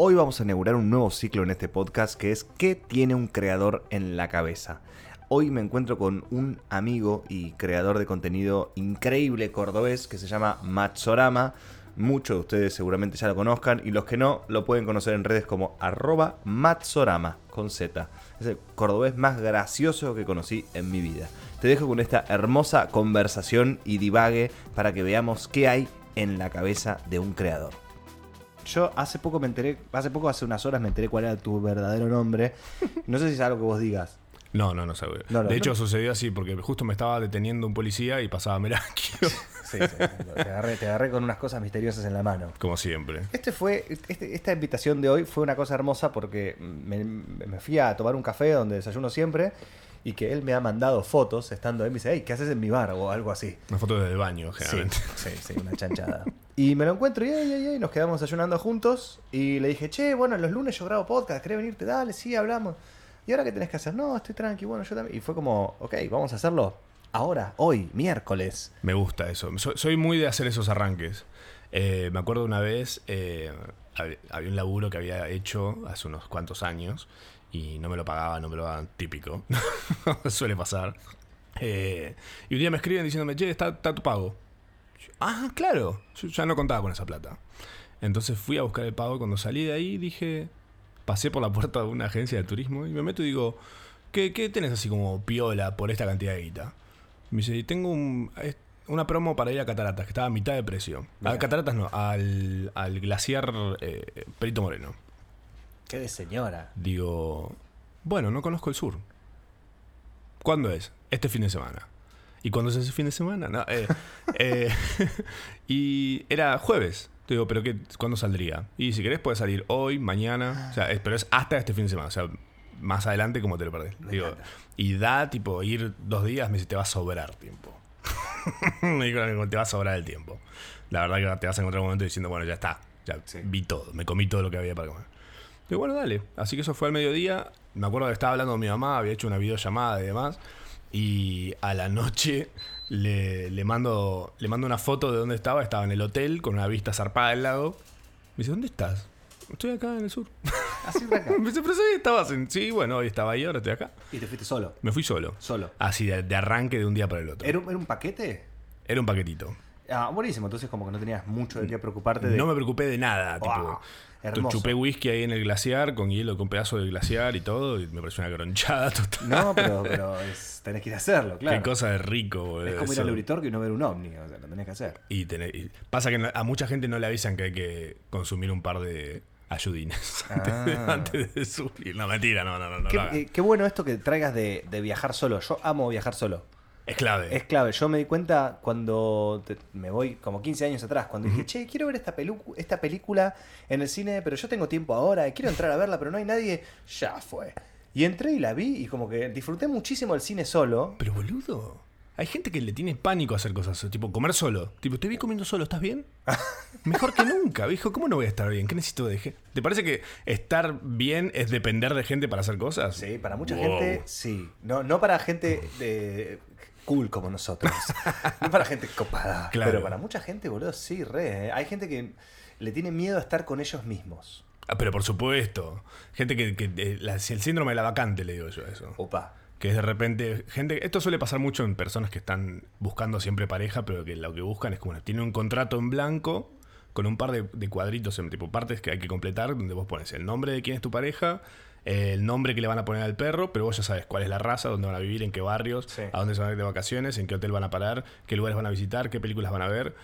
Hoy vamos a inaugurar un nuevo ciclo en este podcast que es ¿Qué tiene un creador en la cabeza? Hoy me encuentro con un amigo y creador de contenido increíble cordobés que se llama Matsorama. Muchos de ustedes seguramente ya lo conozcan y los que no lo pueden conocer en redes como arroba Matsorama con Z. Es el cordobés más gracioso que conocí en mi vida. Te dejo con esta hermosa conversación y divague para que veamos qué hay en la cabeza de un creador. Yo hace poco me enteré, hace poco, hace unas horas me enteré cuál era tu verdadero nombre. No sé si es algo que vos digas. No, no, no seguro. No, no, de hecho, no. sucedió así porque justo me estaba deteniendo un policía y pasaba Merakio. Sí, sí, te agarré, te agarré con unas cosas misteriosas en la mano. Como siempre. Este fue, este- esta invitación de hoy fue una cosa hermosa porque me, me fui a tomar un café donde desayuno siempre y que él me ha mandado fotos estando ahí. Me dice, hey, ¿qué haces en mi bar? O algo así. Una foto desde el baño, Sí, generalmente. sí, sí, una chanchada. Y me lo encuentro y, ay, ay, ay, nos quedamos desayunando juntos. Y le dije, che, bueno, los lunes yo grabo podcast, ¿querés venirte? Dale, sí, hablamos. ¿Y ahora qué tenés que hacer? No, estoy tranqui, bueno, yo también. Y fue como, ok, vamos a hacerlo ahora, hoy, miércoles. Me gusta eso. So- soy muy de hacer esos arranques. Eh, me acuerdo una vez, eh, hab- había un laburo que había hecho hace unos cuantos años y no me lo pagaba, no me lo pagaban típico. Suele pasar. Eh, y un día me escriben diciéndome, che, está, está tu pago. Yo, ah, claro. Yo ya no contaba con esa plata. Entonces fui a buscar el pago y cuando salí de ahí dije, pasé por la puerta de una agencia de turismo y me meto y digo, ¿qué, qué tenés así como piola por esta cantidad de guita? Me dice, y tengo un- es- una promo para ir a Cataratas, que estaba a mitad de precio. Mirá. A Cataratas no, al, al glaciar eh, Perito Moreno. Qué de señora. Digo, bueno, no conozco el sur. ¿Cuándo es? Este fin de semana. ¿Y cuándo es ese fin de semana? No, eh, eh, y era jueves. Digo, pero qué, ¿cuándo saldría? Y si querés puede salir hoy, mañana. O sea, es- pero es hasta este fin de semana. O sea, más adelante como te lo perdés. Digo, y da, tipo, ir dos días, me dice, te va a sobrar tiempo. me dijo, "No, te va a sobrar el tiempo. La verdad que te vas a encontrar un momento diciendo, bueno, ya está. Ya vi todo. Me comí todo lo que había para comer. Digo, bueno, dale. Así que eso fue al mediodía. Me acuerdo que estaba hablando con mi mamá, había hecho una videollamada y demás. Y a la noche le, le mando, le mando una foto de dónde estaba. Estaba en el hotel con una vista zarpada del lago. Me dice, ¿dónde estás? Estoy acá en el sur. Así de acá. Me dice, pero sí, estabas en... Sí, bueno, hoy estaba ahí, ahora estoy acá. y te fuiste solo. Me fui solo. Solo. Así de, de arranque de un día para el otro. ¿Era un, era un paquete? Era un paquetito. Ah, buenísimo. Entonces como que no tenías mucho de qué preocuparte de... No me preocupé de nada. Wow, tipo, hermoso. Chupé whisky ahí en el glaciar con hielo, con pedazo de glaciar y todo. Y me pareció una gronchada total. No, pero, pero es- tenés que ir a hacerlo, claro. Qué cosa de rico, boludo. es como ir Eso. al Uritorco y no ver un ovni. O sea, lo tenés que hacer. Y tener- y- pasa que no- a mucha gente no le avisan que hay que consumir un par de ayudines antes, de, Ah. antes de subir. No, mentira, no, no, no. no Qué, lo hagan. eh, qué bueno esto que traigas de, de viajar solo. Yo amo viajar solo. es clave. Es clave. Yo me di cuenta cuando te- me voy como 15 años atrás, cuando dije, che, quiero ver esta, pelu- esta película en el cine, pero yo tengo tiempo ahora, y quiero entrar a verla, pero no hay nadie. Ya fue. Y entré y la vi y como que disfruté muchísimo el cine solo. Pero boludo, hay gente que le tiene pánico a hacer cosas, tipo comer solo. Tipo, te vi comiendo solo, ¿estás bien? Mejor que nunca, viejo. ¿Cómo no voy a estar bien? ¿Qué necesito de gente? ¿Te parece que estar bien es depender de gente para hacer cosas? Sí, para mucha Wow. gente, sí. No, no para gente de cool como nosotros. no para gente copada. Claro. Pero para mucha gente, boludo, sí, re. ¿eh? Hay gente que le tiene miedo a estar con ellos mismos. Ah, pero por supuesto. Gente que. que, eh, la- el síndrome de la vacante, le digo yo a eso. Opa. Que es de repente, gente, esto suele pasar mucho en personas que están buscando siempre pareja, pero que lo que buscan es como, bueno, tiene un contrato en blanco con un par de, de cuadritos, en tipo partes que hay que completar, donde vos pones el nombre de quién es tu pareja, eh, el nombre que le van a poner al perro, pero vos ya sabes cuál es la raza, dónde van a vivir, en qué barrios, Sí. a dónde se van a ir de vacaciones, en qué hotel van a parar, qué lugares van a visitar, qué películas van a ver.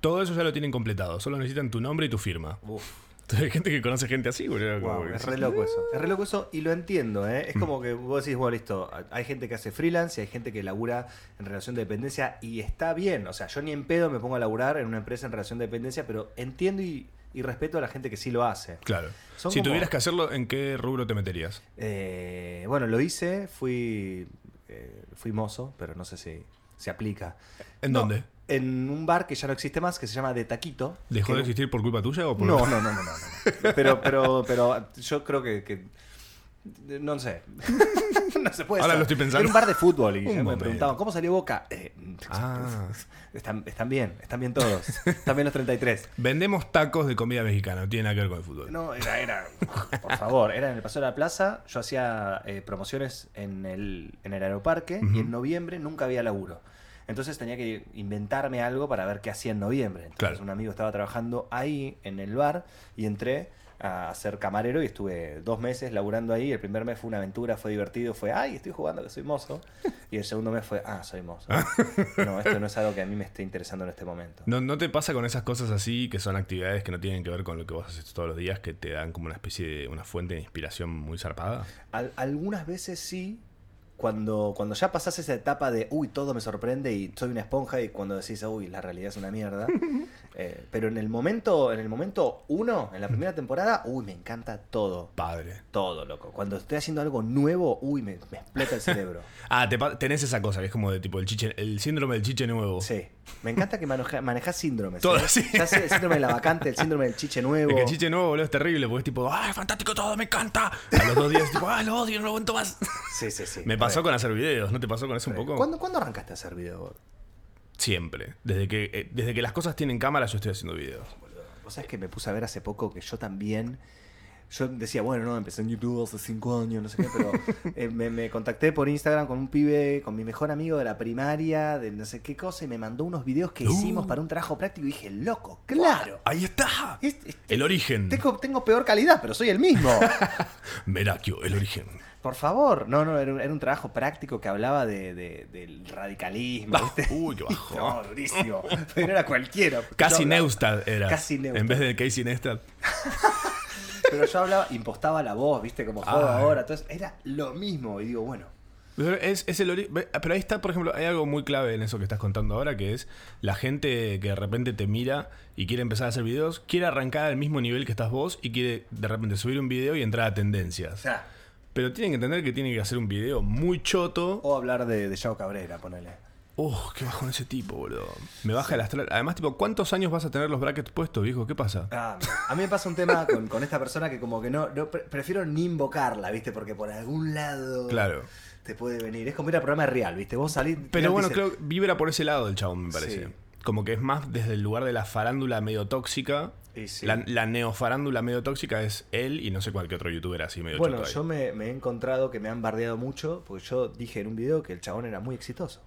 Todo eso ya lo tienen completado, solo necesitan tu nombre y tu firma. Uf. Entonces, hay gente que conoce gente así, boludo. como Wow, que- es re loco eso. Es re loco eso y lo entiendo, ¿eh? Mm. Es como que vos decís, bueno, listo, hay gente que hace freelance y hay gente que labura en relación de dependencia y está bien. O sea, yo ni en pedo me pongo a laburar en una empresa en relación de dependencia, pero entiendo y Y respeto a la gente que sí lo hace. Claro. Son si como- tuvieras que hacerlo, ¿en qué rubro te meterías? Eh, bueno, lo hice, fui, eh, fui mozo, pero no sé si se aplica. ¿En No, dónde? En un bar que ya no existe más, que se llama De Taquito. ¿Dejó que- de existir por culpa tuya o por.? No, no, no, no, no. no. Pero, pero, pero yo creo que, que- no sé. no se puede. Ahora saber. lo estoy pensando. Era un bar de fútbol y Un ya me momento. preguntaban cómo salió Boca. Eh, Ah. están, están bien, están bien todos, están bien los 33. Vendemos tacos de comida mexicana, no tiene nada que ver con el fútbol. No, era, era, por favor, era en el Paseo de la Plaza. Yo hacía eh, promociones en el, en el aeroparque y en noviembre nunca había laburo. Entonces tenía que inventarme algo para ver qué hacía en noviembre. Entonces Claro. un amigo estaba trabajando ahí en el bar y entré a ser camarero y estuve dos meses laburando ahí. El primer mes fue una aventura, fue divertido, fue, ay, estoy jugando que soy mozo. Y el segundo mes fue, ah, soy mozo. No, esto no es algo que a mí me esté interesando en este momento. ¿No, no te pasa con esas cosas así, que son actividades que no tienen que ver con lo que vos haces todos los días, que te dan como una especie de una fuente de inspiración muy zarpada? Al- algunas veces sí, cuando, cuando ya pasás esa etapa de, uy, todo me sorprende y soy una esponja y cuando decís, uy, la realidad es una mierda. Eh, pero en el momento, en el momento uno, en la primera temporada, uy, me encanta todo. Padre. Todo, loco. Cuando estoy haciendo algo nuevo, uy, me, me explota el cerebro. Ah, te pa- tenés esa cosa que es como de tipo el chiche, el síndrome del chiche nuevo. Sí. Me encanta que maneja- manejás síndromes. Todo, ¿eh? sí. Ya sé, el síndrome de la vacante, el síndrome del chiche nuevo. Es que el chiche nuevo, boludo, es terrible, porque es tipo, ¡ah, fantástico todo, me encanta! A los dos días, tipo, ¡ah, lo odio, no lo aguanto más! Sí, sí, sí. Me pasó Re, con hacer videos, ¿no te pasó con eso un re. poco? ¿Cuándo, cuándo arrancaste a hacer video? Siempre. Desde que, eh, desde que las cosas tienen cámara, yo estoy haciendo videos. Vos sabés que me puse a ver hace poco que yo también. Yo decía, bueno, no, empecé en YouTube hace cinco años, no sé qué, pero eh, me, me contacté por Instagram con un pibe, con mi mejor amigo de la primaria, de no sé qué cosa, y me mandó unos videos que Uh. hicimos para un trabajo práctico. Y dije, loco, claro. ¡Ahí está! Es- es- El origen. tengo, tengo peor calidad, pero soy el mismo. Merakio, el origen. Por favor. No, no, era un, era un trabajo práctico que hablaba de, de- del radicalismo. ¿viste? Uy, qué bajo. No, durísimo. Pero era cualquiera. Casi Yo hablaba- Neustad era. Casi Neustad. En vez de Casey Neustad. Pero yo hablaba, impostaba la voz, viste, como jodo Ay. ahora. Entonces era lo mismo. Y digo, bueno, Pero Es, es el ori- ve- Pero ahí está, por ejemplo, hay algo muy clave en eso que estás contando ahora, que es la gente que de repente te mira y quiere empezar a hacer videos, quiere arrancar al mismo nivel que estás vos y quiere de repente subir un video y entrar a o tendencias. sea, Pero tienen que entender que tienen que hacer un video muy choto. o hablar de, de Yao Cabrera, ponele. ¡Oh, qué bajón ese tipo, boludo! Me baja el astral. Además, tipo, ¿cuántos años vas a tener los brackets puestos, viejo? ¿Qué pasa? Ah, a mí me pasa un tema con, con esta persona que como que no, no pre- prefiero ni invocarla, viste, porque por algún lado Claro. te puede venir. Es como ir al programa real, viste, vos salís... Pero mirá, bueno, dice, creo que vibra por ese lado el chabón, me parece. Sí. Como que es más desde el lugar de la farándula medio tóxica. Y sí. La, la neofarándula medio tóxica es él y no sé cuál que otro youtuber así medio Bueno, choto ahí. yo me, me he encontrado que me han bardeado mucho porque yo dije en un video que el chabón era muy exitoso.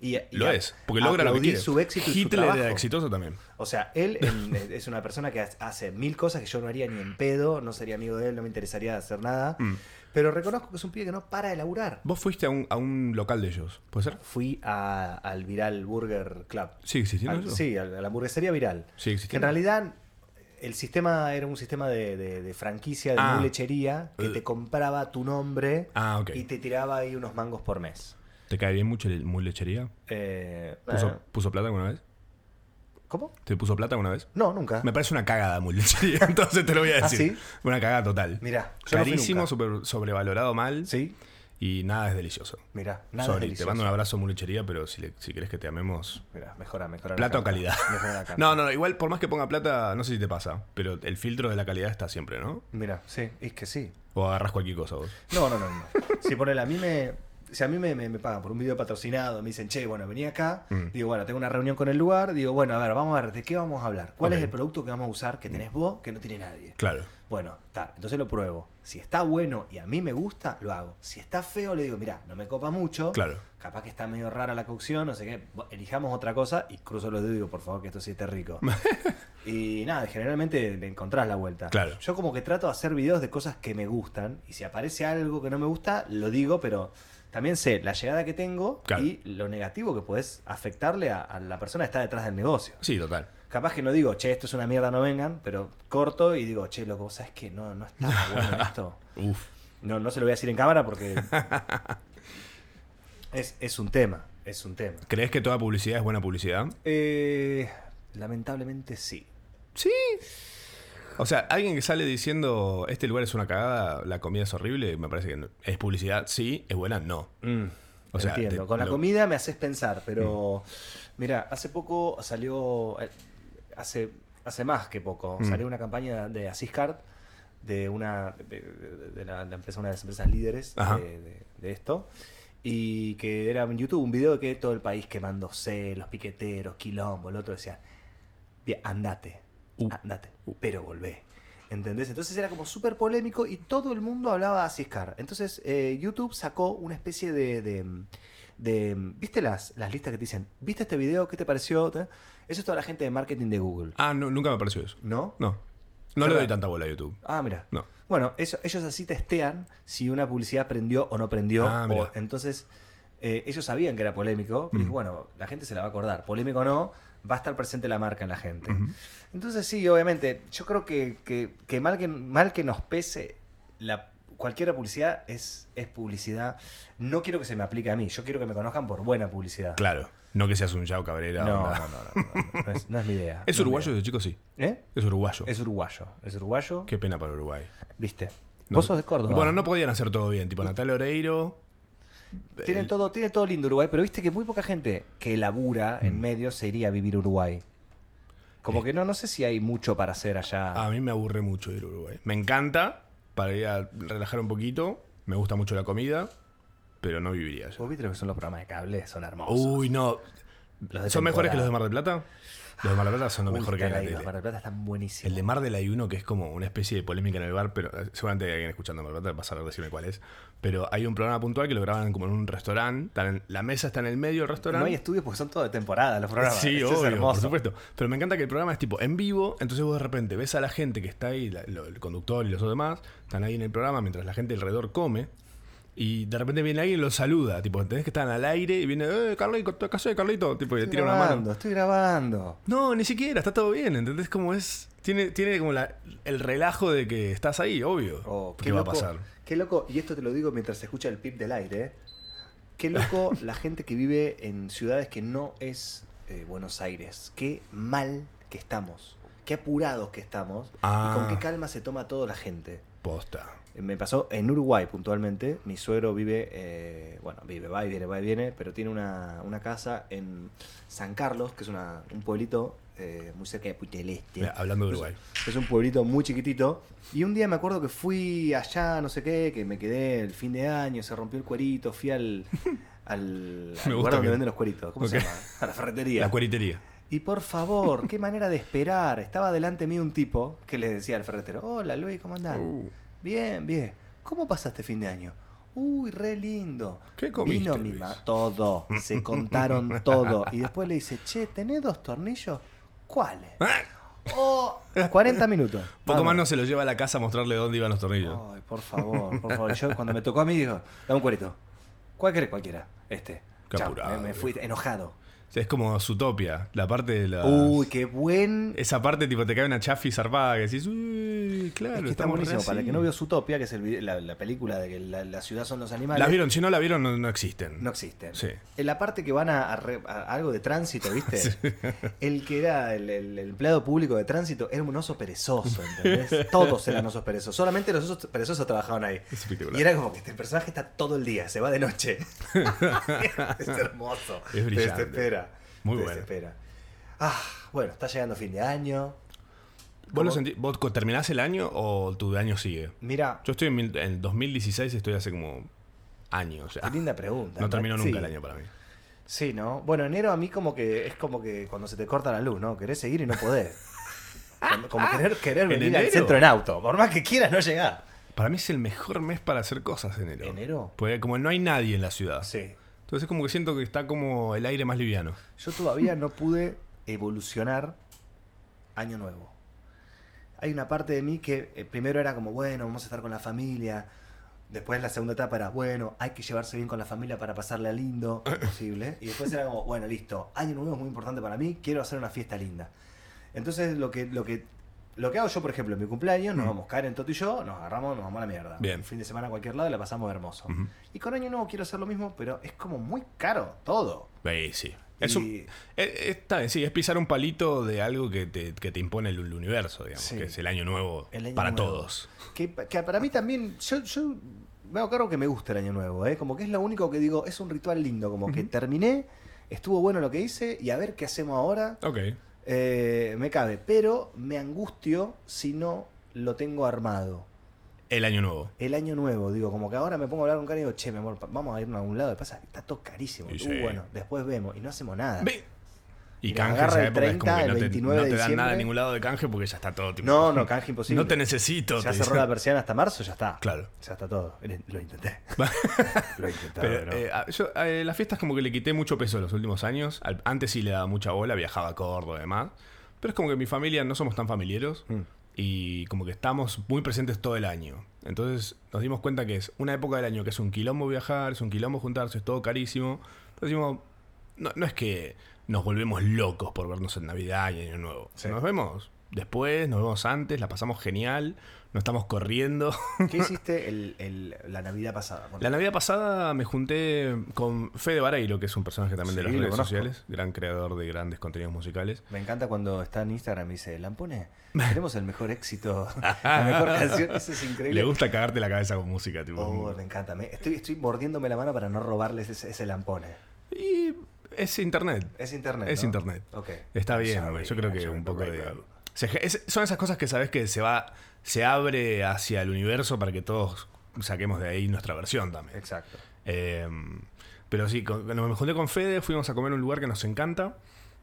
Y, y Lo a- es, porque logra lo que aplaudí quiere. su éxito y su Hitler trabajo. era exitoso también. O sea, él en- eh, es una persona que hace mil cosas que yo no haría ni en pedo, no sería amigo de él, no me interesaría hacer nada. Mm. Pero reconozco que es un pibe que no para de laburar. Vos fuiste a un, a un local de ellos, ¿puede ser? Fui a- al Viral Burger Club. ¿Sigue existiendo Al- eso? Ah, sí, a la hamburguesería Viral. ¿Sigue Que en existiendo? realidad el sistema era un sistema de, de- de franquicia, de Ah. lechería, que Ugh. te compraba tu nombre Ah, ok. y te tiraba ahí unos mangos por mes. ¿Te cae bien mucho el muy lechería? Eh, ¿Puso, eh, puso plata alguna vez? ¿Cómo? ¿Te puso plata alguna vez? No, nunca. Me parece una cagada muy lechería, entonces te lo voy a ¿Ah, decir. sí? Una cagada total. Mirá, yo no fui Carísimo, nunca. super- sobrevalorado mal Sí, y nada es delicioso. mira, nada Sorry, delicioso. te mando un abrazo mulechería, pero si, le- si querés que te amemos. Mira, mejora, mejora. la ¿Plata o carta. calidad? Mejora la carta. No, no, igual por más que ponga plata, no sé si te pasa, pero el filtro de la calidad está siempre, ¿no? Mira, sí, es que sí. O agarras cualquier cosa vos. No, no, no. no. Si ponele, a mí me. Si a mí me, me- me pagan por un video patrocinado, me dicen, che, bueno, vení acá. Mm. Digo, bueno, tengo una reunión con el lugar. Digo, bueno, a ver, vamos a ver, ¿de qué vamos a hablar? ¿Cuál Ok. Mm. es el producto que vamos a usar que tenés vos que no tiene nadie? Claro. Bueno, tal. Entonces lo pruebo. Si está bueno y a mí me gusta, lo hago. Si está feo, le digo, mirá, no me copa mucho. Claro. Capaz que está medio rara la cocción, no sé qué. bo- Elijamos otra cosa y cruzo los dedos y digo, por favor, que esto sí esté rico. y nada, generalmente le encontrás la vuelta. Claro. Yo como que trato de hacer videos de cosas que me gustan. Y si aparece algo que no me gusta, lo digo, pero también sé la llegada que tengo Claro. y lo negativo que podés afectarle a, a la persona que está detrás del negocio. Sí, total. Capaz que no digo, che, esto es una mierda, no vengan, pero corto y digo, che, loco, ¿sabes qué? No, no está bueno esto. Uf. No, no se lo voy a decir en cámara porque es, es un tema, es un tema. ¿Crees que toda publicidad es buena publicidad? Eh, lamentablemente sí. Sí. O sea, alguien que sale diciendo este lugar es una cagada, la comida es horrible, me parece que no. es publicidad, sí, es buena, no. Mm. O sea, Entiendo. te- Con la lo- Mm. comida me haces pensar, pero mira, hace poco salió, eh, hace, hace más que poco, Mm. salió una campaña de Asiscard, de una de, de- de la, la empresa, una de las empresas líderes Ajá. de, de- de esto. Y que era en YouTube un video que todo el país quemándose, los piqueteros, quilombo, el otro decía, "Bien, andate, Uh. andate, pero volvé. ¿Entendés? Entonces era como súper polémico y todo el mundo hablaba de Asiscar. Entonces eh, YouTube sacó una especie de... de- de- ¿Viste las, las listas que te dicen? ¿Viste este video? ¿Qué te pareció? Ta- Eso es toda la gente de marketing de Google. Ah, no, nunca me pareció eso. ¿No? No. No le Claro. doy tanta bola a YouTube. Ah, mira. No. Bueno, eso- ellos así testean si una publicidad prendió o no prendió. Ah, mirá. o- entonces, eh, ellos sabían que era polémico. pero Mm. dije, bueno, la gente se la va a acordar. Polémico o no, va a estar presente la marca en la gente. Ujú. Entonces, sí, obviamente, yo creo que, que- que mal, que mal que nos pese, la, cualquier publicidad es, es publicidad. No quiero que se me aplique a mí. Yo quiero que me conozcan por buena publicidad. Claro. No que seas un Yao Cabrera. No, no, onda. no, no, no, no es, no es mi idea. Es No mi uruguayo idea. de chico, sí. ¿Eh? Es uruguayo. Es uruguayo. Es uruguayo. Qué pena para Uruguay. ¿Viste? No. Vos sos de Córdoba. Bueno, no podían hacer todo bien. Tipo Natal Oreiro. Tiene el- todo, tiene todo lindo Uruguay, pero viste que muy poca gente que labura Mm. en medio se iría a vivir a Uruguay. Eh. Como que no, no sé si hay mucho para hacer allá. A mí me aburre mucho ir a Uruguay. Me encanta para ir a relajar un poquito. Me gusta mucho la comida, pero no viviría allá. Vos viste lo que son los programas de cable, son hermosos. Uy, no. Los de Uh, ¿Son mejores que los de temporada. Mar del Plata? Los de Mar del Plata son lo Uy, mejor que hay en están la ahí, tele. Los Mar del Plata están buenísimos. El de Mar del hay uno que es como una especie de polémica en el bar, pero eh, seguramente hay alguien escuchando Mar del Plata va a saber decirme cuál es. Pero hay un programa puntual que lo graban como en un restaurante. están en- la mesa está en el medio del No restaurante. hay estudios porque son todo de temporada los programas. Sí, Eso obvio, es hermoso. por supuesto. Pero me encanta que el programa es tipo en vivo, entonces vos de repente ves a la gente que está ahí, la- lo- el conductor y los demás, están ahí en el programa mientras la gente alrededor come. Y de repente viene alguien y los saluda, tipo, entendés que están al aire y viene, eh, Carlito, ¿qué haces, Carlito? Tipo, y le Estoy tira una grabando, mano. estoy grabando. No, ni siquiera, está todo bien, ¿entendés? Como es, tiene, tiene como la- el relajo de que estás ahí, obvio. Oh, ¿Qué va loco- a pasar? Qué loco, y esto te lo digo mientras se escucha el pip del aire. ¿eh? Qué loco la gente que vive en ciudades que no es eh, Buenos Aires. Qué mal que estamos. Qué apurados que estamos. Ah. Y con qué calma se toma toda la gente. Eh, Posta. Me pasó en Uruguay puntualmente. Mi suegro vive, eh, bueno, vive, va y viene, va y viene, pero tiene una, una casa en San Carlos, que es una- un pueblito eh, muy cerca de Puteleste. Mira, Eh, hablando de Uruguay. Es un pueblito muy chiquitito. Y un día me acuerdo que fui allá, no sé qué, que me quedé el fin de año, se rompió el cuerito, fui al, al, al Me lugar gusta donde que- venden los cueritos. ¿Cómo Ok. se llama? A la ferretería. La cueritería. Y por favor, qué manera de esperar. Estaba delante mío un tipo que le decía al ferretero, hola Luis, ¿cómo andás? Uh. Bien, bien. ¿Cómo pasaste fin de año? Uy, re lindo. ¿Qué comiste, Vino mi Luis? ma- todo. Se contaron todo. Y después le dice, che, ¿tenés dos tornillos? ¿Cuáles? Oh, 40 minutos. ¿Eh? Poco Vamos. más no se lo lleva a la casa a mostrarle dónde iban los tornillos. Ay, por favor, por favor. Yo cuando me tocó a mí dijo, dame un cuerito. ¿Cuál querés? Cualquiera. Este. Qué Chao. apurado, Me, me fui viejo. enojado. O sea, Es como Zootopia, la parte de la. Uy, qué buen. Es, Esa parte, tipo, te cae una chafi zarpada que decís, uy, claro, que está estamos re buenísimo. Para el así". que no vio Zootopia, que es el vide- la, la película de que la, la ciudad son los animales. Las vieron, si no la vieron, no, no existen. ¿eh? No existen. Sí. En la parte que van a, a re- a- a algo de tránsito, ¿viste? El que era el, el- el empleado público de tránsito era un oso perezoso, ¿entendés? Todos eran osos perezosos. Solamente los osos perezosos trabajaban ahí. Es espectacular. Y era como que este personaje está todo el día, se va de noche. es hermoso. Es brillante. Te desespera. Muy Te bueno. desespera. Ah, bueno, está llegando fin de año. ¿Vos, lo ¿Cómo? sentí- vos co- terminás el año o tu año sigue? Mira, Yo estoy en, mil- en 2016, estoy hace como años. ya. qué linda pregunta. No terminó nunca Sí. el año para mí. Sí, ¿no? Bueno, enero a mí como que es como que cuando se te corta la luz, ¿no? Querés seguir y no podés. Como- Como querer, querer ¿En venir al enero? centro en auto. Por más que quieras, no llegar. Para mí es el mejor mes para hacer cosas enero. ¿Enero? Porque como no hay nadie en la ciudad. Sí. Entonces como que siento que está como el aire más liviano. Yo todavía no pude evolucionar Año Nuevo. Hay una parte de mí que eh, primero era como, bueno, vamos a estar con la familia. Después la segunda etapa era, bueno, hay que llevarse bien con la familia para pasarla lindo, posible. Y después era como, bueno, listo, Año Nuevo es muy importante para mí, quiero hacer una fiesta linda. Entonces lo que, lo que, lo que hago yo, por ejemplo, en mi cumpleaños, nos vamos Karen, Toto y yo, nos agarramos, nos vamos a la mierda. Bien. Fin de semana a cualquier lado y la pasamos hermoso. Ujú. Y con Año Nuevo quiero hacer lo mismo, pero es como muy caro todo. Ahí Eh, sí. Es un- Y- eh, eh, está bien, sí, es pisar un palito de algo que te, que te impone el, el universo, digamos, Sí. que es el año nuevo El año para nuevo. todos. Que, pa- que para mí también, yo, yo me hago cargo que me gusta el Año Nuevo, ¿eh? Como que es lo único que digo, es un ritual lindo, como que terminé, estuvo bueno lo que hice y a ver qué hacemos ahora, Ok. eh, me cabe, pero me angustio si no lo tengo armado. El año nuevo. El Año Nuevo, digo, como que ahora me pongo a hablar con cara y digo, che, mi amor, pa- vamos a irnos a algún lado, de pasa que está todo carísimo. Y Uh, sí. bueno, después vemos y no hacemos nada. Ve. Y Ah. Mira, canje agarra esa el época es como 30, que no el te, 29 no de te dan nada diciembre. de ningún lado de canje porque ya está todo tipo. No, no, canje imposible. No te necesito. Ya te cerró dicen. la persiana hasta marzo, ya está. Claro. Ya está todo. Eh, Lo intenté. lo intenté. Pero, pero- eh, a- yo eh, las fiestas como que le quité mucho peso en los últimos años. Al- antes sí le daba mucha bola, viajaba a Córdoba y demás. Pero es como que mi familia no somos tan familiares Mm. y como que estamos muy presentes todo el año. Entonces nos dimos cuenta que es una época del año que es un quilombo viajar, es un quilombo juntarse, es todo carísimo. Entonces dijimos, no, no es que nos volvemos locos por vernos en Navidad y Año Nuevo. Sí. Nos vemos después, nos vemos antes, la pasamos genial, no estamos corriendo. ¿Qué hiciste el- el- la Navidad pasada? La Navidad pasada me junté con Fede Vareiro, que es un personaje también de Sí, las lo redes conozco. sociales, gran creador de grandes contenidos musicales. Me encanta cuando está en Instagram y dice, Lampone, tenemos el mejor éxito, la mejor canción. Eso es increíble. Le gusta cagarte la cabeza con música, tipo. Oh, me encanta. Me- estoy, estoy mordiéndome la mano para no robarles ese, ese Lampone. Y es internet. Es internet. Es ¿no? internet. Ok. Está I'm bien, sorry, güey. yo creo I'm que sorry, un poco but de. right now. se- es- son esas cosas que sabes que se va. se abre hacia el universo para que todos saquemos de ahí nuestra versión también. Exacto. Eh, pero sí, con- cuando me junté con Fede, fuimos a comer a un lugar que nos encanta.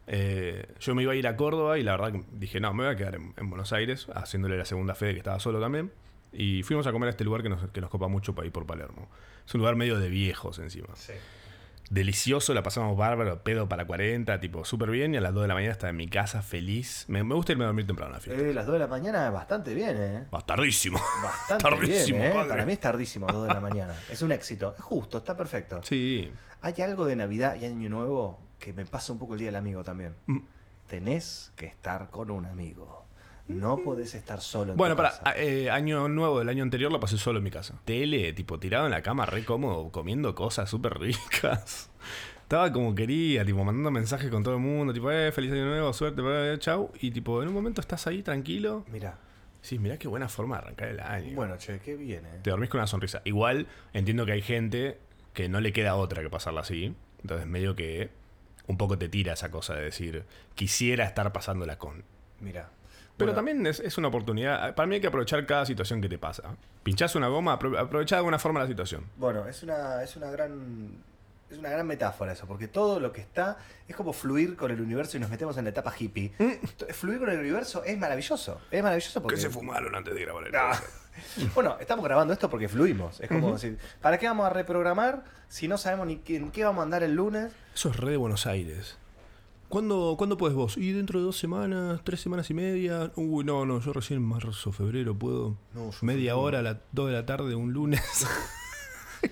Eh, yo me iba a ir a Córdoba y la verdad que dije, no, me voy a quedar en, en Buenos Aires, haciéndole la segunda a Fede que estaba solo también. Y fuimos a comer a este lugar que nos, que nos copa mucho para ir por Palermo. Es un lugar medio de viejos encima. Delicioso, la pasamos bárbaro, pedo para 40, tipo súper bien. Y a las 2 de la mañana estaba en mi casa feliz. Me, me gusta irme a dormir temprano a la fiesta. Eh, las 2 de la mañana, bastante bien, ¿eh? Va, tardísimo. Bastante Tardísimo, bien, ¿eh? padre. Para mí es tardísimo, 2 de la mañana. Es un éxito. Es justo, está perfecto. Sí. Hay algo de Navidad y Año Nuevo que me pasa un poco el Día del Amigo también. Mm. Tenés que estar con un amigo. No podés estar solo. En Mm. Bueno, tu para casa. a- eh, año nuevo del año anterior la pasé solo en mi casa. Tele, tipo tirado en la cama, re cómodo, comiendo cosas súper ricas. Estaba como quería, tipo mandando mensajes con todo el mundo, tipo, eh, feliz año nuevo, suerte, bla, bla, chau. Y tipo, en un momento estás ahí tranquilo. Mira, Sí, mirá qué buena forma de arrancar el año. bueno, che, qué bien, ¿eh? Te dormís con una sonrisa. Igual entiendo que hay gente que no le queda otra que pasarla así. Entonces medio que un poco te tira esa cosa de decir, quisiera estar pasándola con. Mira. Pero Bueno, también es, es una oportunidad. Ah, Para mí hay que aprovechar cada situación que te pasa. Pinchás una goma, apro- aprovechá de alguna forma la situación. Bueno, es una, es una gran. Es una gran metáfora eso, porque todo lo que está es como fluir con el universo y nos metemos en la etapa hippie. T- Fluir con el universo es maravilloso. Es maravilloso porque. Mm. Que se fumaron antes de grabar el Ah. podcast. Bueno, estamos grabando esto porque fluimos. Es como decir, ¿para qué vamos a reprogramar si no sabemos ni qué- en qué vamos a andar el lunes? Eso es re de Buenos Aires. ¿Cuándo, ¿Cuándo puedes vos? Y dentro de dos semanas, tres semanas y media. Uy, no, no, yo recién en marzo, febrero puedo. No, yo media hora a las dos de la tarde, un lunes.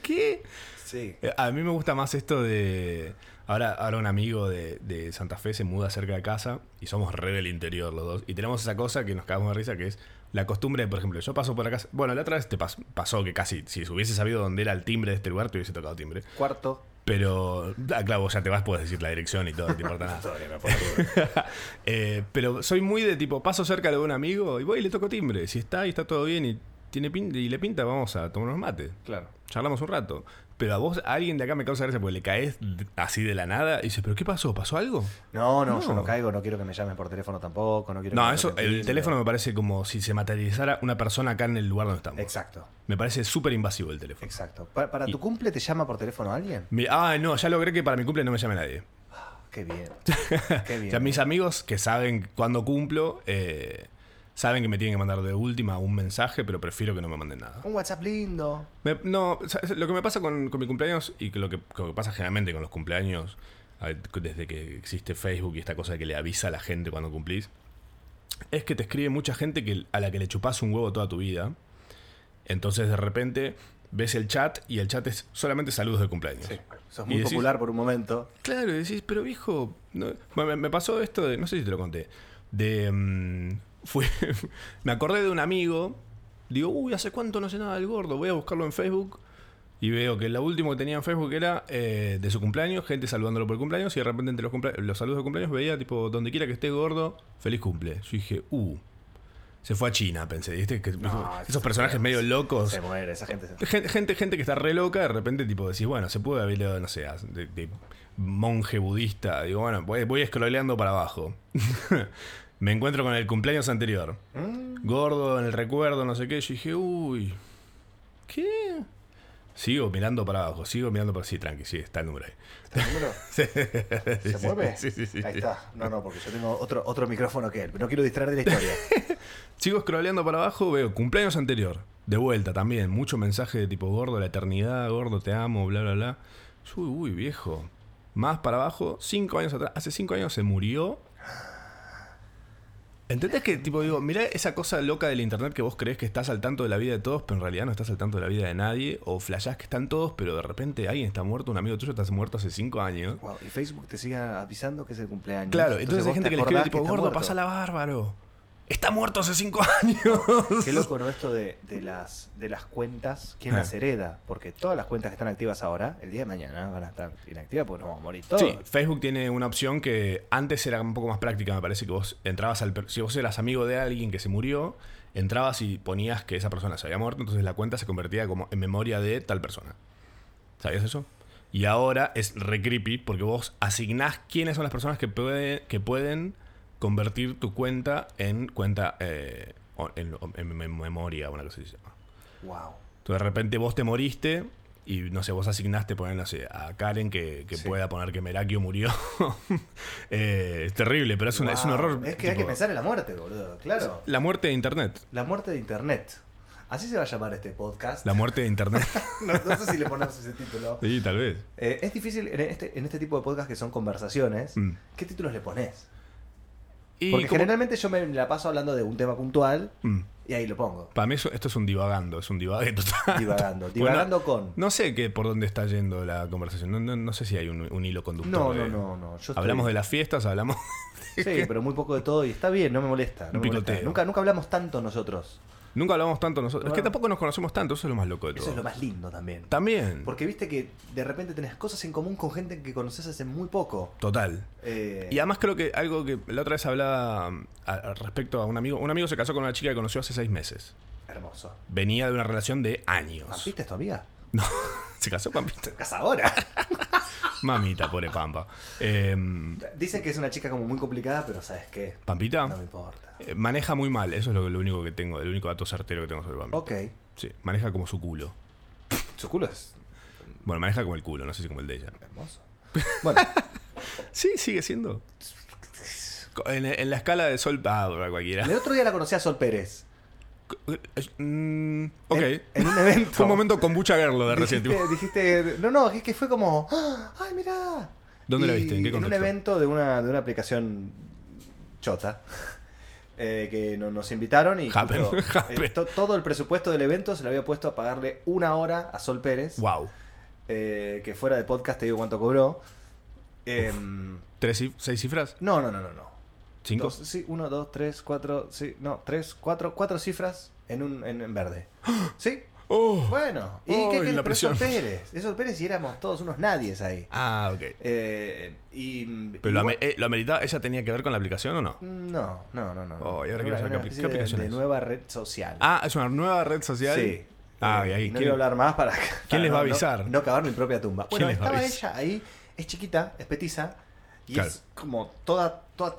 ¿Qué? Sí. Eh, A mí me gusta más esto de. Ahora, ahora un amigo de, de Santa Fe se muda cerca de casa y somos re del interior los dos. Y tenemos esa cosa que nos cagamos de risa que es la costumbre, de, por ejemplo, yo paso por la casa. Bueno, la otra vez te pas- pasó que casi, si hubiese sabido dónde era el timbre de este lugar, te hubiese tocado timbre. Cuarto. Pero, ah, claro, vos ya te vas, puedes decir la dirección y todo, no te importa nada. Eh, pero soy muy de tipo, paso cerca de un amigo y voy y le toco timbre. Si está y está todo bien y, tiene pin- y le pinta, vamos a tomar unos mates Claro. charlamos un rato. Pero a vos, a alguien de acá me causa gracia porque le caes d- así de la nada y dices, ¿pero qué pasó? ¿Pasó algo? No, no, yo No. no caigo, no quiero que me llamen por teléfono tampoco, no quiero que No, me eso, toquen el timbre. teléfono me parece como si se materializara una persona acá en el lugar donde estamos. Exacto, Me parece súper invasivo el teléfono. exacto. ¿Para, para tu cumple te llama por teléfono alguien? Mi- ah, no, ya logré que para mi cumple no me llame nadie. Qué bien. Qué bien. O sea, mis amigos que saben cuándo cumplo, eh, saben que me tienen que mandar de última un mensaje, pero prefiero que no me manden nada. Un WhatsApp lindo. Me- no, ¿sabes? lo que me pasa con, con mi cumpleaños y que lo que, lo que pasa generalmente con los cumpleaños, a- desde que existe Facebook y esta cosa de que le avisa a la gente cuando cumplís, es que te escribe mucha gente que, a la que le chupás un huevo toda tu vida. Entonces de repente ves el chat y el chat es solamente saludos de cumpleaños. Sos Y muy decís- popular por un momento. Claro, y decís, pero viejo, no- Bueno, me, me pasó esto de, no sé si te lo conté, de... mm, fue, me acordé de un amigo, digo, uy, hace cuánto no sé nada del gordo, voy a buscarlo en Facebook. Y veo que lo último que tenía en Facebook era eh, de su cumpleaños, gente saludándolo por el cumpleaños, y de repente entre los, cumplea- los saludos de cumpleaños veía, tipo, donde quiera que esté gordo, feliz cumple. Yo dije, uh, se fue a China, pensé, ¿viste? Que, esos personajes medio locos. Se muere, esa gente. se- Gen- Gente, gente que está re loca, de repente, tipo, decís, bueno, se puede haber ido, no sé, a- de, de monje budista. Digo, bueno, voy, voy scrolleando para abajo. Me encuentro con el cumpleaños anterior. ¿Mm? Gordo en el recuerdo, no sé qué. Yo dije, uy, ¿qué? Sigo mirando para abajo, sigo mirando para. Sí, tranqui, sí, está el número ahí. ¿Está el número? Sí, ¿Se sí, mueve? sí, sí, sí, Ahí sí. está. No, no, porque yo tengo otro, otro micrófono que él. No quiero distraer de la historia. Sigo scrolleando para abajo, veo cumpleaños anterior. De vuelta también, mucho mensaje de tipo gordo, la eternidad, gordo, te amo, bla, bla, bla. Yo, Uy, uy, viejo. Más para abajo, cinco años atrás. Hace cinco años se murió. ¿Entendés que, tipo, digo, mirá esa cosa loca del internet que vos crees que estás al tanto de la vida de todos, pero en realidad no estás al tanto de la vida de nadie? O flashás que están todos, pero de repente alguien está muerto, un amigo tuyo está muerto hace cinco años. Wow, y Facebook te sigue avisando que es el cumpleaños. Claro, entonces, hay vos gente te que le escribe, acordás tipo, está gordo, muerto". pasa la bárbaro. Está muerto hace cinco años. Qué loco, ¿no? Esto de, de las, de las cuentas, ¿quién Ah. las hereda? Porque todas las cuentas que están activas ahora, el día de mañana van a estar inactivas porque nos vamos a morir todos. Sí, Facebook tiene una opción que antes era un poco más práctica, me parece que vos entrabas al... per- Si vos eras amigo de alguien que se murió, entrabas y ponías que esa persona se había muerto, entonces la cuenta se convertía como en memoria de tal persona. ¿Sabías eso? Y ahora es re creepy porque vos asignás quiénes son las personas que, puede- que pueden convertir tu cuenta en cuenta eh, o- en, o- en mem- memoria, una cosa así se llama. Wow. Entonces, de repente vos te moriste y no sé, vos asignaste poner, no sé, a Karen que, que Sí. pueda poner que Merakio murió. Eh, es terrible, pero es, una- es un Wow. error. Es que hay que tipo, pensar en la muerte, boludo. Claro. La muerte de internet. La muerte de Internet. Así se va a llamar este podcast. La muerte de internet. no, no sé si le ponemos ese título. sí, tal vez. Eh, es difícil en este, en este tipo de podcast que son conversaciones. Mm. ¿Qué títulos le pones? Y Porque como- generalmente yo me la paso hablando de un tema puntual Mm. y ahí lo pongo. Para mí eso- esto es un divagando, es un divague total. Divagando. Bueno, Divagando con. No sé qué por dónde está yendo la conversación. No, no- no sé si hay un, un hilo conductor. No, no, de- no, no. Yo estoy- Hablamos de las fiestas, hablamos. Sí, pero muy poco de todo y está bien, no me molesta. no Un me molesta. picoteo. Nunca, nunca hablamos tanto nosotros. Nunca hablamos tanto nosotros. Es que Claro. tampoco nos conocemos tanto, eso es lo más loco de todo. Eso es lo más lindo también. También. Porque viste que de repente tenés cosas en común con gente que conoces hace muy poco. Total. Eh, Y además creo que algo que la otra vez hablaba mm, a- a- respecto a un amigo. Un amigo se casó con una chica que conoció hace seis meses. hermoso. Venía de una relación de años. ¿Pampita es tu amiga? No, se casó Pampita. Casa ahora. Mamita, pobre Pampa. Eh, Dicen que es una chica como muy complicada, pero ¿sabes qué? Pampita No me importa. eh, maneja muy mal. Eso es lo, lo único que tengo, el único dato certero que tengo sobre Pampita. Ok. Sí, maneja como su culo. Su culo es Bueno, maneja como el culo, no sé si como el de ella. hermoso. Bueno, Sí, sigue siendo. Co- En, en la escala de sol. Ah, cualquiera. el otro día la conocí a Sol Pérez. Mm, ok. En, en un evento. Fue un momento con Bucha Gerlo de Ah, recién. tipo. Eh, dijiste, dijiste- no, no, es que fue como, "Ah, ay, mirá. ¿Dónde la Y viste? ¿En qué un contexto? evento de una, de una aplicación chota. eh, que no- nos invitaron y Happen, justo, happen. eh, to- todo el presupuesto del evento se lo había puesto a pagarle una hora a Sol Pérez, Wow. eh, que fuera de podcast te digo cuánto cobró. Em, ¿Tres, cif- seis cifras? no, no, no, no, no. ¿Cinco? Dos, sí, uno, dos, tres, cuatro, sí, no, tres, cuatro, cuatro cifras en un en, en verde. ¿Sí? Oh. Bueno, ¿y Oh, qué, y qué la pero eso presión. Pérez? Eso Pérez y éramos todos unos nadies ahí. Ah, ok. Eh, y, Pero y lo, bueno, ame- eh, lo ameritaba, ¿ella tenía que ver con la aplicación o no? No, no, no, no. Oh, y Era ahora quiero saber una qué apli- especie qué de- aplicación de, es. nueva red social. Ah, es una nueva red social. Sí. Ah, Eh, y ahí, no ¿quién- quiero hablar más para. para les va a no- no- avisar? No, cavar mi propia tumba. ¿Quién Bueno, les va a estaba avisar? ella ahí, es chiquita, es petiza, y Claro. es como toda. toda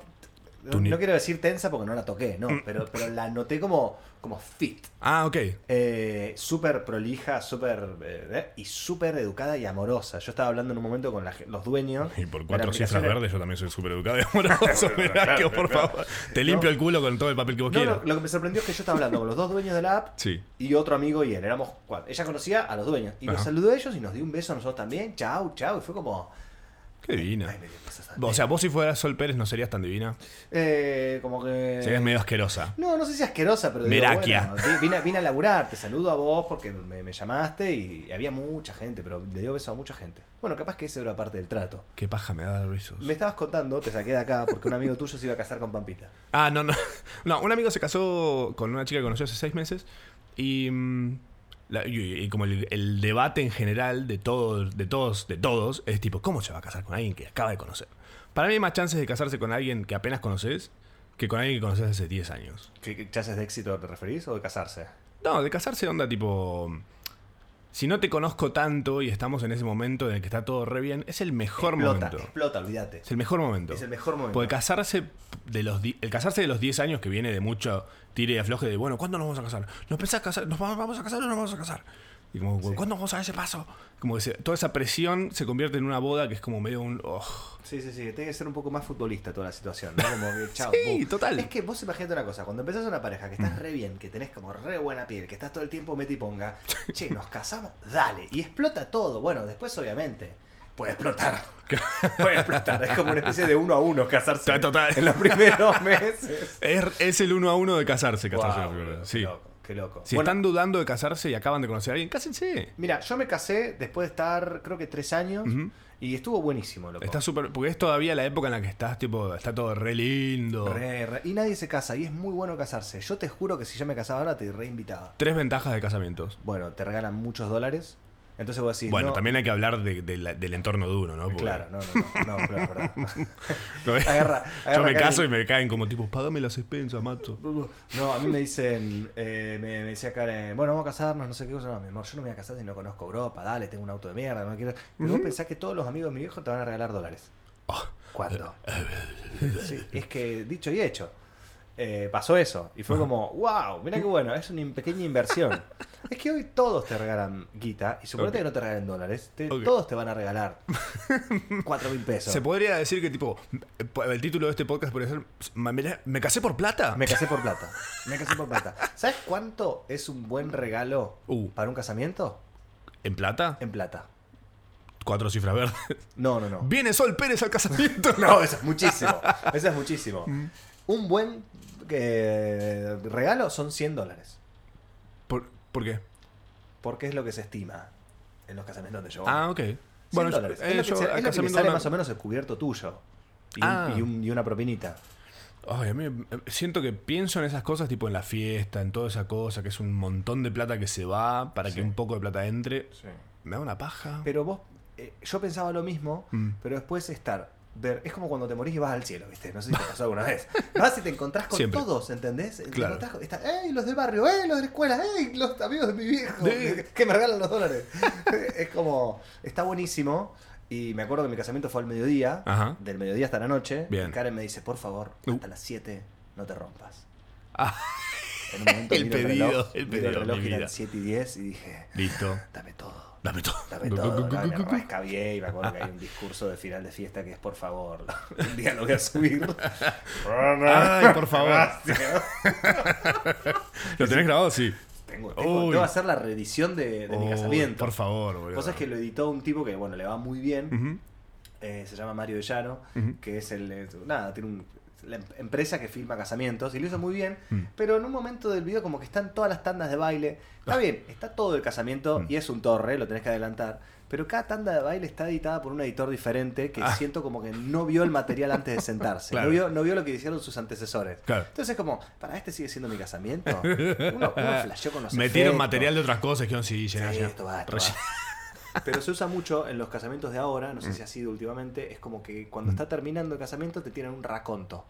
no, Tuni- no quiero decir tensa porque no la toqué, no, Mm. pero, pero la noté como, como fit. Ah, ok. Eh, súper prolija, súper. eh, y súper educada y amorosa. Yo estaba hablando en un momento con la ge- los dueños. Y por de la cuatro cifras aplicación. verdes yo también soy súper educado y amoroso. Merakio, por favor. Te limpio el culo con todo el papel que vos No, quieras. no, lo que me sorprendió es que yo estaba hablando con los dos dueños de la app Sí. y otro amigo y él. Éramos cuatro. Ella conocía a los dueños. Y nos Ajá. saludó a ellos y nos dio un beso a nosotros también. Chau, chau. Y fue como. Qué divina. Ay, me dio cosas a- O sea, vos si fueras Sol Pérez no serías tan divina. Eh, como que. Serías medio asquerosa. No, no sé si asquerosa, pero. digo, Meraquia. bueno, vi- vine, vine a laburar. Te saludo a vos porque me, me llamaste y había mucha gente, pero le dio beso a mucha gente. Bueno, capaz que ese era parte del trato. Qué paja me da dar besos. Me estabas contando, te saqué de acá porque un amigo tuyo se iba a casar con Pampita. Ah, no, no. No, un amigo se casó con una chica que conoció hace seis meses y mm, la- y, y como el, el debate en general de todos, de todos, de todos, es tipo, ¿cómo se va a casar con alguien que acaba de conocer? Para mí hay más chances de casarse con alguien que apenas conoces que con alguien que conoces hace 10 años. ¿Qué, qué chances de éxito te referís o de casarse? No, de casarse onda tipo... Si no te conozco tanto y estamos en ese momento en el que está todo re bien, es el mejor explota, momento. explota, olvídate. Es el mejor momento. Es el mejor momento. Porque casarse de los di- el casarse de los 10 años que viene de mucho tire y afloje de, bueno, ¿cuándo nos vamos a casar? ¿Nos pensás casar? ¿Nos va- vamos a casar o no nos vamos a casar? Y como, ¿cuándo vamos a dar ese paso? Como que se- toda esa presión se convierte en una boda que es como medio un... oh. Sí, sí, sí, tiene que ser un poco más futbolista toda la situación, ¿no? Como que, chao, Sí, bu. total. Mm. Es que vos imagínate una cosa, cuando empezás una pareja que estás re bien, que tenés como re buena piel, que estás todo el tiempo mete y ponga, che, nos casamos, dale, y explota todo. Bueno, después obviamente puede explotar. Puede explotar, es como una especie de uno a uno casarse Total. en los primeros meses. Eh, Es, es el uno a uno de casarse, casarse. Guau, boludo, sí. Qué loco, qué loco. Si Bueno, están dudando de casarse y acaban de conocer a alguien, cásense. Mira, yo me casé después de estar, creo que tres años, y estuvo buenísimo, loco. Está súper... Porque es todavía la época en la que estás, tipo, está todo re lindo. Re, re- y nadie se casa, y es muy bueno casarse. Yo te juro que si yo me casaba ahora te reinvitaba. Tres ventajas de casamientos. Bueno, te regalan muchos dólares. Entonces vos decís. Bueno, no, también hay que hablar de- de la- del entorno duro, ¿no? Porque- Claro, no, no, no, no, claro, es verdad. ¿no ves? Agarra- Yo agarra me acá caso el- y me caen como tipo, págame las expensas, mato. No, a mí me dicen, eh, me, me decía Karen, bueno, vamos a casarnos, no sé qué cosa, no, mi amor, yo no me voy a casar si no conozco Europa, dale, tengo un auto de mierda, no quiero. Pero vos pensás que todos los amigos de mi viejo te van a regalar dólares. Ah. ¿Cuándo? Sí, es que dicho y hecho. eh, pasó eso. Y fue como, wow, mira qué bueno, es una in- pequeña inversión. es que hoy todos te regalan guita y suponete Ok. que no te regalen dólares. te- Ok. Todos te van a regalar cuatro mil pesos. Se podría decir que tipo, el título de este podcast podría ser, "Ma- mira, ¿me casé por plata? Me casé por plata. Me casé por plata. ¿Sabes cuánto es un buen regalo Uh. para un casamiento? ¿En plata? En plata. Cuatro cifras verdes. No, no, no. Viene Sol Pérez al casamiento. No, eso es muchísimo. Eso es muchísimo. Mm. Un buen eh, regalo son 100 dólares. ¿Por, por qué? Porque es lo que se estima en los casamientos donde yo voy. Ah, ok. 100 dólares. eh, es lo que, yo se- al es lo que le casamiento sale no- más o menos el cubierto tuyo. Y, un- Ah. y un- y una propinita. Ay, a mí eh, siento que pienso en esas cosas, tipo en la fiesta, en toda esa cosa, que es un montón de plata que se va para Sí. que un poco de plata entre. Me da una paja. Pero vos, eh, yo pensaba lo mismo, Mm. pero después estar, ver, es como cuando te morís y vas al cielo, ¿viste? No sé si te pasó alguna vez. Vas y te encontrás con Siempre. todos, ¿entendés? Te Claro. encontrás- está, ¡Ey, los del barrio! ¡Ey, los de la escuela! ¡Ey, los amigos de mi viejo! Sí. Que me regalan los dólares. es como, está buenísimo. Y me acuerdo que mi casamiento fue al mediodía, Ajá. del mediodía hasta la noche. Bien. Y Karen me dice, por favor, Uh. hasta las 7 no te rompas. Ah, En un momento El miro pedido, reloj, el miro pedido, reloj mi y eran vida. 7 y 10 y dije, listo. dame todo. Dame todo. Dame todo, ¿no? me rescabié y me acuerdo que hay un discurso de final de fiesta que es por favor, un día lo voy a subir. Ay, por favor. Gracias. ¿Lo tenés grabado? Sí. Tengo, tengo, Uy. tengo que hacer la reedición de, de mi Uy, casamiento. Oh, Por favor, boludo. Cosas que lo editó un tipo que, bueno, le va muy bien. Ujú. eh, se llama Mario Llano, Ujú. que es el. eh, Nada, tiene un- la em- empresa que filma casamientos y lo hizo muy bien. Mm. Pero en un momento del video, como que están todas las tandas de baile. Está bien, está todo el Mm. casamiento y es un torre, lo tenés que adelantar. Pero cada tanda de baile está editada por un editor diferente que siento como que no vio el material antes de sentarse. Ah. Claro. No, vio, no vio lo que hicieron sus antecesores. Claro. Entonces, como, para este sigue siendo mi casamiento. Uno, uno flasheó con los Metieron efectos. material de otras cosas que no sí, Sí, llená, llená. esto va, esto Relle- va. Pero se usa mucho en los casamientos de ahora, Mm. no sé si ha sido últimamente, es como que cuando está terminando el casamiento te tiran un raconto.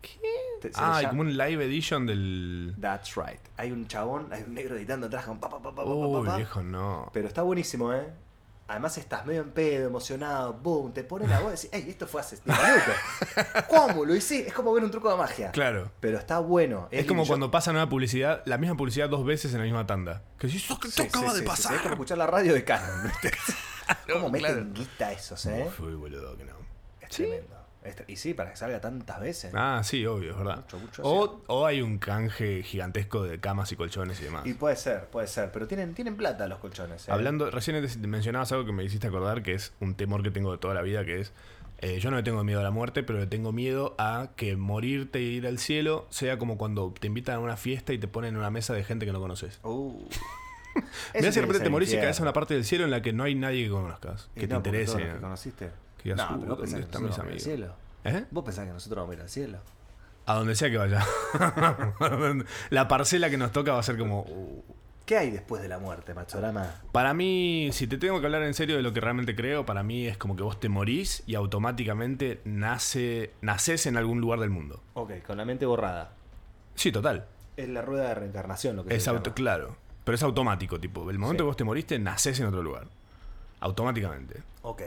¿Qué? Ah, y como un live edition del. That's right. Hay un chabón, hay un negro editando atrás con pa, pa, pa, pa, pa, pa, Uy, pa. viejo, no. Pero está buenísimo, ¿eh? Además estás medio en pedo, emocionado, boom, te ponen la voz y decís, ¡Ey, esto fue hace 10 minutos! ¿Cómo lo hice? Es como ver un truco de magia. Claro. Pero está bueno. Es como yo- cuando pasa nueva publicidad, la misma publicidad dos veces en la misma tanda. Que si eso que Sí, te acaba sí, de sí, sí, sí, es como pasar. escuchar la radio de Canon. ¿viste? ¿Cómo No, meten claro. guita esos, eh? Uy, boludo, que no. Es tremendo. Es tre- y sí, para que salga tantas veces. Ah, sí, obvio, es verdad. Mucho, mucho, o, o hay un canje gigantesco de camas y colchones y demás. Y puede ser, puede ser. Pero tienen, tienen plata los colchones. ¿eh? Hablando, recién te- mencionabas algo que me hiciste acordar, que es un temor que tengo de toda la vida, que es, eh, yo no le tengo miedo a la muerte, pero le tengo miedo a que morirte e ir al cielo sea como cuando te invitan a una fiesta y te ponen en una mesa de gente que no conoces. Uh. Me Eso hace de tiene que repente ser te morís y caes a infierno. una parte del cielo en la que no hay nadie que conozcas, Y que te no, porque todos interese. los que conociste? Que digas, no, "Uh, pero vos pensás ¿dónde que están nosotros vamos mis a ir al amigos? cielo. ¿Eh? Vos pensás que nosotros vamos a ir al cielo. A donde sea que vaya. la parcela que nos toca va a ser como... uh, ¿Qué hay después de la muerte, Machorama? Para mí, si te tengo que hablar en serio de lo que realmente creo, para mí es como que vos te morís y automáticamente nace, naces en algún lugar del mundo. Ok, con la mente borrada. Sí, total. Es la rueda de reencarnación lo que Es se auto, llama. claro. Pero es automático, tipo. El momento Sí. que vos te moriste, naces en otro lugar. Automáticamente. Ok.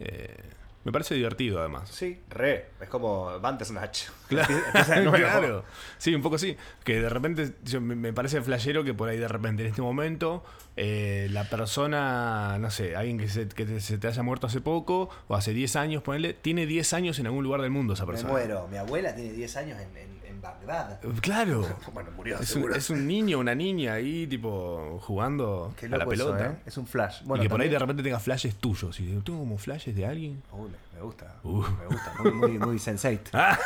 Eh, me parece divertido, además. Sí, re. Es como Bandersnatch. Claro, Empieza de nuevo. claro. Sí, un poco sí. Que de repente yo- me- me parece flashero que por ahí de repente en este momento eh, la persona, no sé, alguien que, se, que te- se te haya muerto hace poco o hace 10 años, ponele, tiene 10 años en algún lugar del mundo esa Me persona. muero. Mi abuela tiene 10 años en, en- en Bagdad. Claro. Bueno, murió, Es un, seguro. es un niño, una niña ahí, tipo, jugando Qué a la loco eso, pelota. ¿eh? Es un flash. y que por ahí de también- repente tenga flashes tuyos. Y digo, tengo como flashes de alguien. Uy, me- me gusta. Uh. Ah. Me gusta. Muy, muy, muy sensate.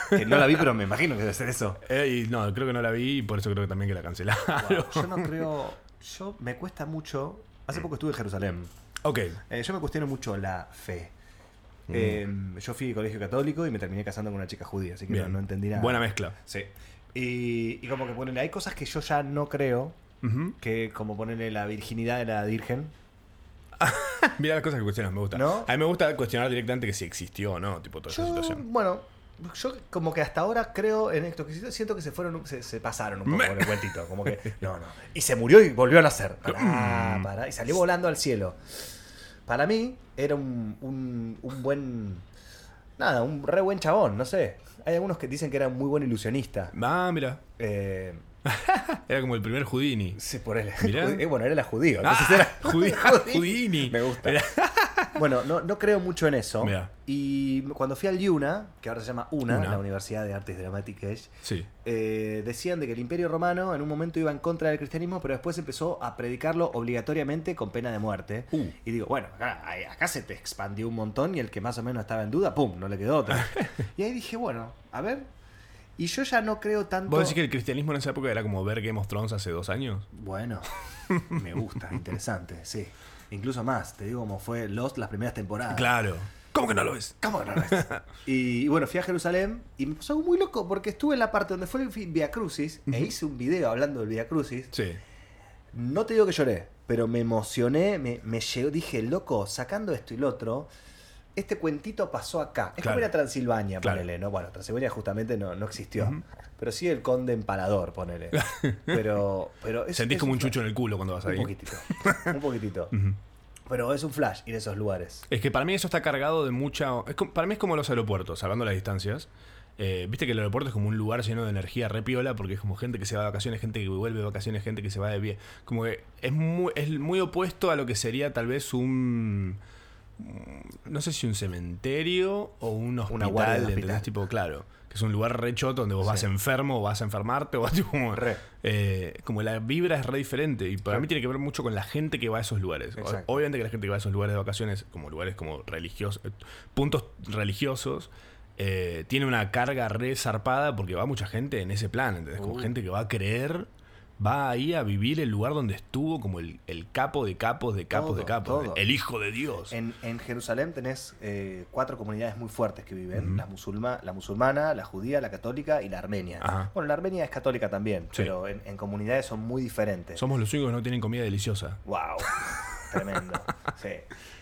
Que no la vi, pero me imagino que debe ser eso. Eh, y no, creo que no la vi y por eso creo que también que la cancelaron. Wow, Yo no creo. Yo me cuesta mucho. Hace Mm. poco estuve en Jerusalén. ok. Eh, yo me cuestiono mucho la fe. Mm. Eh, yo fui de colegio católico y me terminé casando con una chica judía, así que no, Bien. no entendí nada. Buena mezcla. Sí. Y, y como que ponen, hay cosas que yo ya no creo, Ujú. que como ponerle la virginidad de la virgen. Mira las cosas que cuestionas, me gusta. Ah. ¿No? A mí me gusta cuestionar directamente que si existió o no, tipo toda esa Yo, situación. bueno, yo como que hasta ahora creo en esto, que siento- siento que se fueron, un- se, se pasaron un poco Me- con el cuentito, como que, no, no. Y se murió y volvió a nacer. Pará, pará, y salió volando al cielo. Para mí era un, un, un buen, nada, un re buen chabón, no sé. Hay algunos que dicen que era muy buen ilusionista. Ah, mira. Eh, Era como el primer Houdini. sí, por él. Mirá. Eh, bueno, él era judío. Ah, entonces era- Houdini. Houdini. Me gusta. Era- Bueno, no, no creo mucho en eso. Mirá. Y cuando fui al Yuna, que ahora se llama UNA, Una. la Universidad de Artes Dramáticas, Sí. eh, decían de que el Imperio Romano en un momento iba en contra del cristianismo, pero después empezó a predicarlo obligatoriamente con pena de muerte. Uh. Y digo, bueno, acá, ahí- acá se te expandió un montón y el que más o menos estaba en duda, ¡pum!, no le quedó otra. y ahí dije, bueno, a ver. Y yo ya no creo tanto... ¿Vos decís que el cristianismo en esa época era como ver Game of Thrones hace dos años? Bueno, me gusta, interesante, sí. Incluso más, te digo como fue Lost las primeras temporadas. Claro. ¿Cómo que no lo es? ¿Cómo no lo es? y, y bueno, fui a Jerusalén y me pasó algo muy loco porque estuve en la parte donde fue el fi- Via Crucis e hice un video hablando del Via Crucis. Sí. No te digo que lloré, pero me emocioné, me, me llegó, dije, loco, sacando esto y lo otro, este cuentito pasó acá. Es Claro. como ir a Transilvania, Claro. ponele, ¿no? Bueno, Transilvania justamente no, no existió. Ujú. Pero sí el conde empalador, ponele. Pero, pero es- Sentís es como un flash. chucho en el culo cuando vas Un ahí. poquitito. Un poquitito. Ujú. Pero es un flash ir a esos lugares. Es que para mí eso está cargado de mucha. es como- para mí es como los aeropuertos, hablando de las distancias. Eh, Viste que el aeropuerto es como un lugar lleno de energía repiola, porque es como gente que se va de vacaciones, gente que vuelve de vacaciones, gente que se va de pie. Como que es muy, es muy opuesto a lo que sería tal vez un. No sé si un cementerio o un hospital, Una guardia de ¿entendés? hospital. Tipo, claro. Que es un lugar re choto donde vos vas Sí. enfermo o vas a enfermarte o vas tipo como. Re. eh, como la vibra es re diferente. Y para Claro. mí tiene que ver mucho con la gente que va a esos lugares. O- Exacto. Obviamente que la gente que va a esos lugares de vacaciones, como lugares como religiosos, eh, puntos religiosos, eh, tiene una carga re zarpada porque va mucha gente en ese plan, ¿entendés? Como Uh. gente que va a creer, va ahí a vivir el lugar donde estuvo como el, el capo de capos de capos Todo, de capos, todo. el hijo de Dios. En, en Jerusalén tenés eh, cuatro comunidades muy fuertes que viven: Ujú. la, musulma- la musulmana, la judía, la católica y la armenia. Ajá. Bueno, la armenia es católica también, Sí. pero en, en comunidades son muy diferentes. Somos los únicos que no tienen comida deliciosa. ¡Wow! Tremendo. Sí.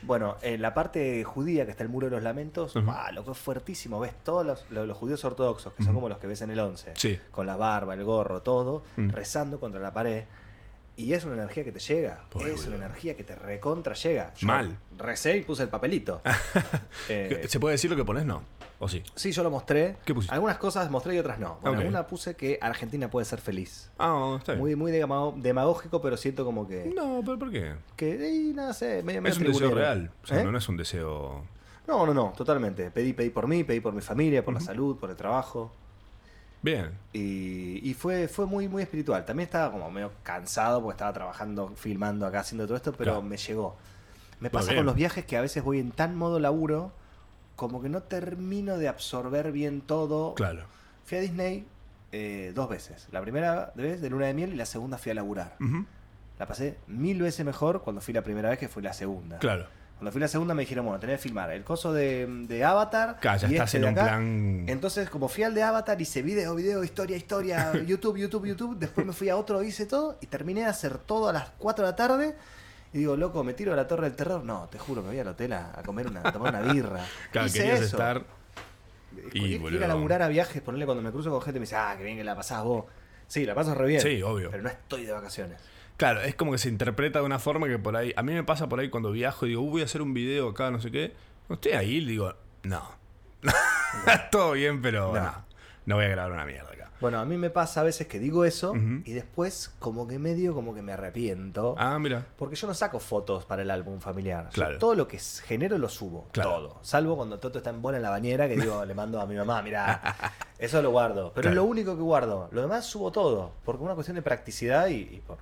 Bueno, en la parte judía, que está el muro de los lamentos, Ujú. ¡guau! loco, es fuertísimo. Ves todos los, los- los judíos ortodoxos, que son Ujú. como los que ves en el 11, Sí. con la barba, el gorro, todo, Mm. rezando contra la pared. Y es una energía que te llega. Pobre es una boludo. energía que te recontra llega. Yo Mal. Recé y puse el papelito. Eh, ¿Se puede decir lo que pones? No. ¿O sí? Sí, yo lo mostré. ¿Qué pusiste? Algunas cosas mostré y otras no. Bueno, Ok. una puse que Argentina puede ser feliz. Ah, está bien. Muy, muy demago- demagógico, pero siento como que. No, pero ¿por qué? Que, eh, no sé, medio- medio Es un deseo tribunero. real. O sea, ¿Eh? no, no es un deseo. No, no, no, totalmente. Pedí, pedí por mí, pedí por mi familia, por la salud, por el trabajo. Bien. Y, y fue, fue muy, muy espiritual. También estaba como medio cansado porque estaba trabajando, filmando acá, haciendo todo esto, pero Claro. me llegó. Me Bueno, pasa bien. con los viajes que a veces voy en tan modo laburo, como que no termino de absorber bien todo. Claro. Fui a Disney eh, dos veces. La primera vez de luna de miel y la segunda fui a laburar. Ujú. La pasé mil veces mejor cuando fui la primera vez que fue la segunda. Claro. O Cuando fui la segunda me dijeron, bueno, tenés que filmar el coso de, de Avatar. Claro, Ah, ya y estás este en de un acá". plan. Entonces, como fui al de Avatar, hice video, video, historia, historia, YouTube, YouTube, YouTube. Después me fui a otro, hice todo y terminé de hacer todo a las 4 de la tarde. Y digo, loco, ¿me tiro a la Torre del Terror? No, te juro, me voy al hotel a, a comer una, a tomar una birra. Claro, Hice querías eso. estar. Y, Y, ir boludo. a laburar a viajes, ponerle cuando me cruzo con gente, me dice, ah, qué bien que la pasás vos. Sí, la paso re bien. Sí, obvio. Pero no estoy de vacaciones. Claro, es como que se interpreta de una forma que por ahí. A mí me pasa por ahí cuando viajo y digo, "Uh, voy a hacer un video acá, no sé qué. No estoy ahí, y digo, no. Todo bien, pero No. no. no. voy a grabar una mierda acá. Bueno, a mí me pasa a veces que digo eso Ujú. y después como que medio como que me arrepiento. Ah, mira. Porque yo no saco fotos para el álbum familiar. Yo Claro. todo lo que s- genero lo subo. Claro. Todo. Salvo cuando Toto está en bola en la bañera que digo, le mando a mi mamá, mira, eso lo guardo. Pero es Claro. lo único que guardo. Lo demás subo todo. Porque es una cuestión de practicidad y, y por,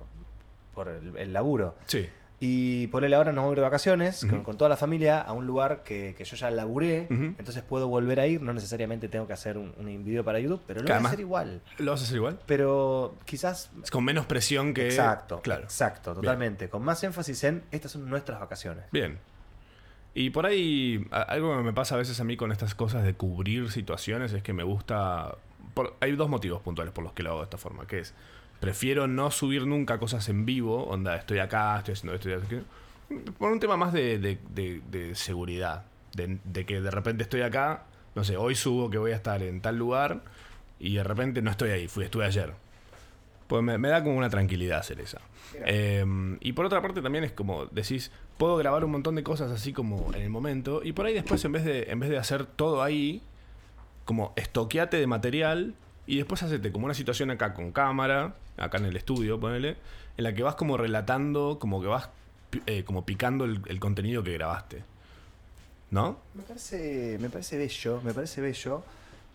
por el, el laburo. Sí. Y por él ahora nos vamos a ir de vacaciones con, Ujú. con toda la familia a un lugar que, que yo ya laburé. Ujú. Entonces puedo volver a ir. No necesariamente tengo que hacer un, un video para YouTube, pero lo voy Claro, a más- hacer igual. ¿Lo vas a hacer igual? Pero quizás Es con menos presión que. Exacto, Claro. exacto, Bien. totalmente. Con más énfasis en estas son nuestras vacaciones. Bien. Y por ahí, a- algo que me pasa a veces a mí con estas cosas de cubrir situaciones es que me gusta... por- hay dos motivos puntuales por los que lo hago de esta forma, que es, prefiero no subir nunca cosas en vivo, onda, estoy acá, estoy haciendo esto, estoy haciendo aquello, por un tema más de, de- de- de seguridad, de, de que de repente estoy acá, no sé, hoy subo que voy a estar en tal lugar y de repente no estoy ahí, fui, estuve ayer. Pues me, me da como una tranquilidad hacer esa. Eh, y por otra parte también es como decís, puedo grabar un montón de cosas así como en el momento. Y por ahí después, en vez de, en vez de hacer todo ahí, como estoqueate de material. Y después hacete como una situación acá con cámara, acá en el estudio, ponele, en la que vas como relatando, como que vas pi- eh, como picando el, el contenido que grabaste. ¿No? Me parece, me parece bello, me parece bello.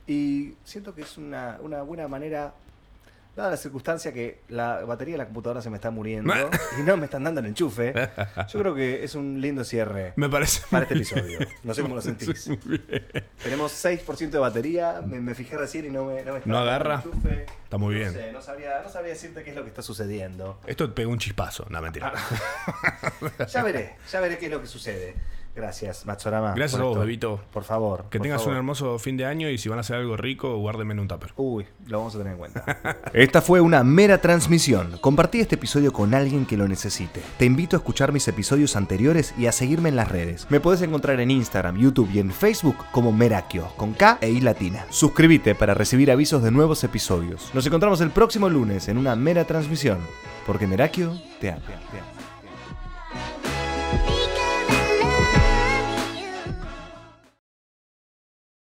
Y siento que es una, una buena manera, dada la circunstancia que la batería de la computadora se me está muriendo y no me están dando el enchufe, yo creo que es un lindo cierre Me parece. para este episodio. No sé cómo lo sentís. Tenemos 6% de batería, me, me fijé recién y no me, no me está No dando el agarra. enchufe. Está muy bien. No, sé, no sabría, no sabría decirte qué es lo que está sucediendo. Esto pegó un chispazo, no mentira. Ah. Ya veré, ya veré qué es lo que sucede. Gracias, Matsorama. Gracias por a vos, esto. bebito. Por favor. Que por tengas un favor. hermoso fin de año y si van a hacer algo rico, guárdenme en un tupper. Uy, lo vamos a tener en cuenta. Esta fue una mera transmisión. Compartí este episodio con alguien que lo necesite. Te invito a escuchar mis episodios anteriores y a seguirme en las redes. Me puedes encontrar en Instagram, YouTube y en Facebook como Merakio, con K e I latina. Suscríbete para recibir avisos de nuevos episodios. Nos encontramos el próximo lunes en una mera transmisión, porque Merakio te ama.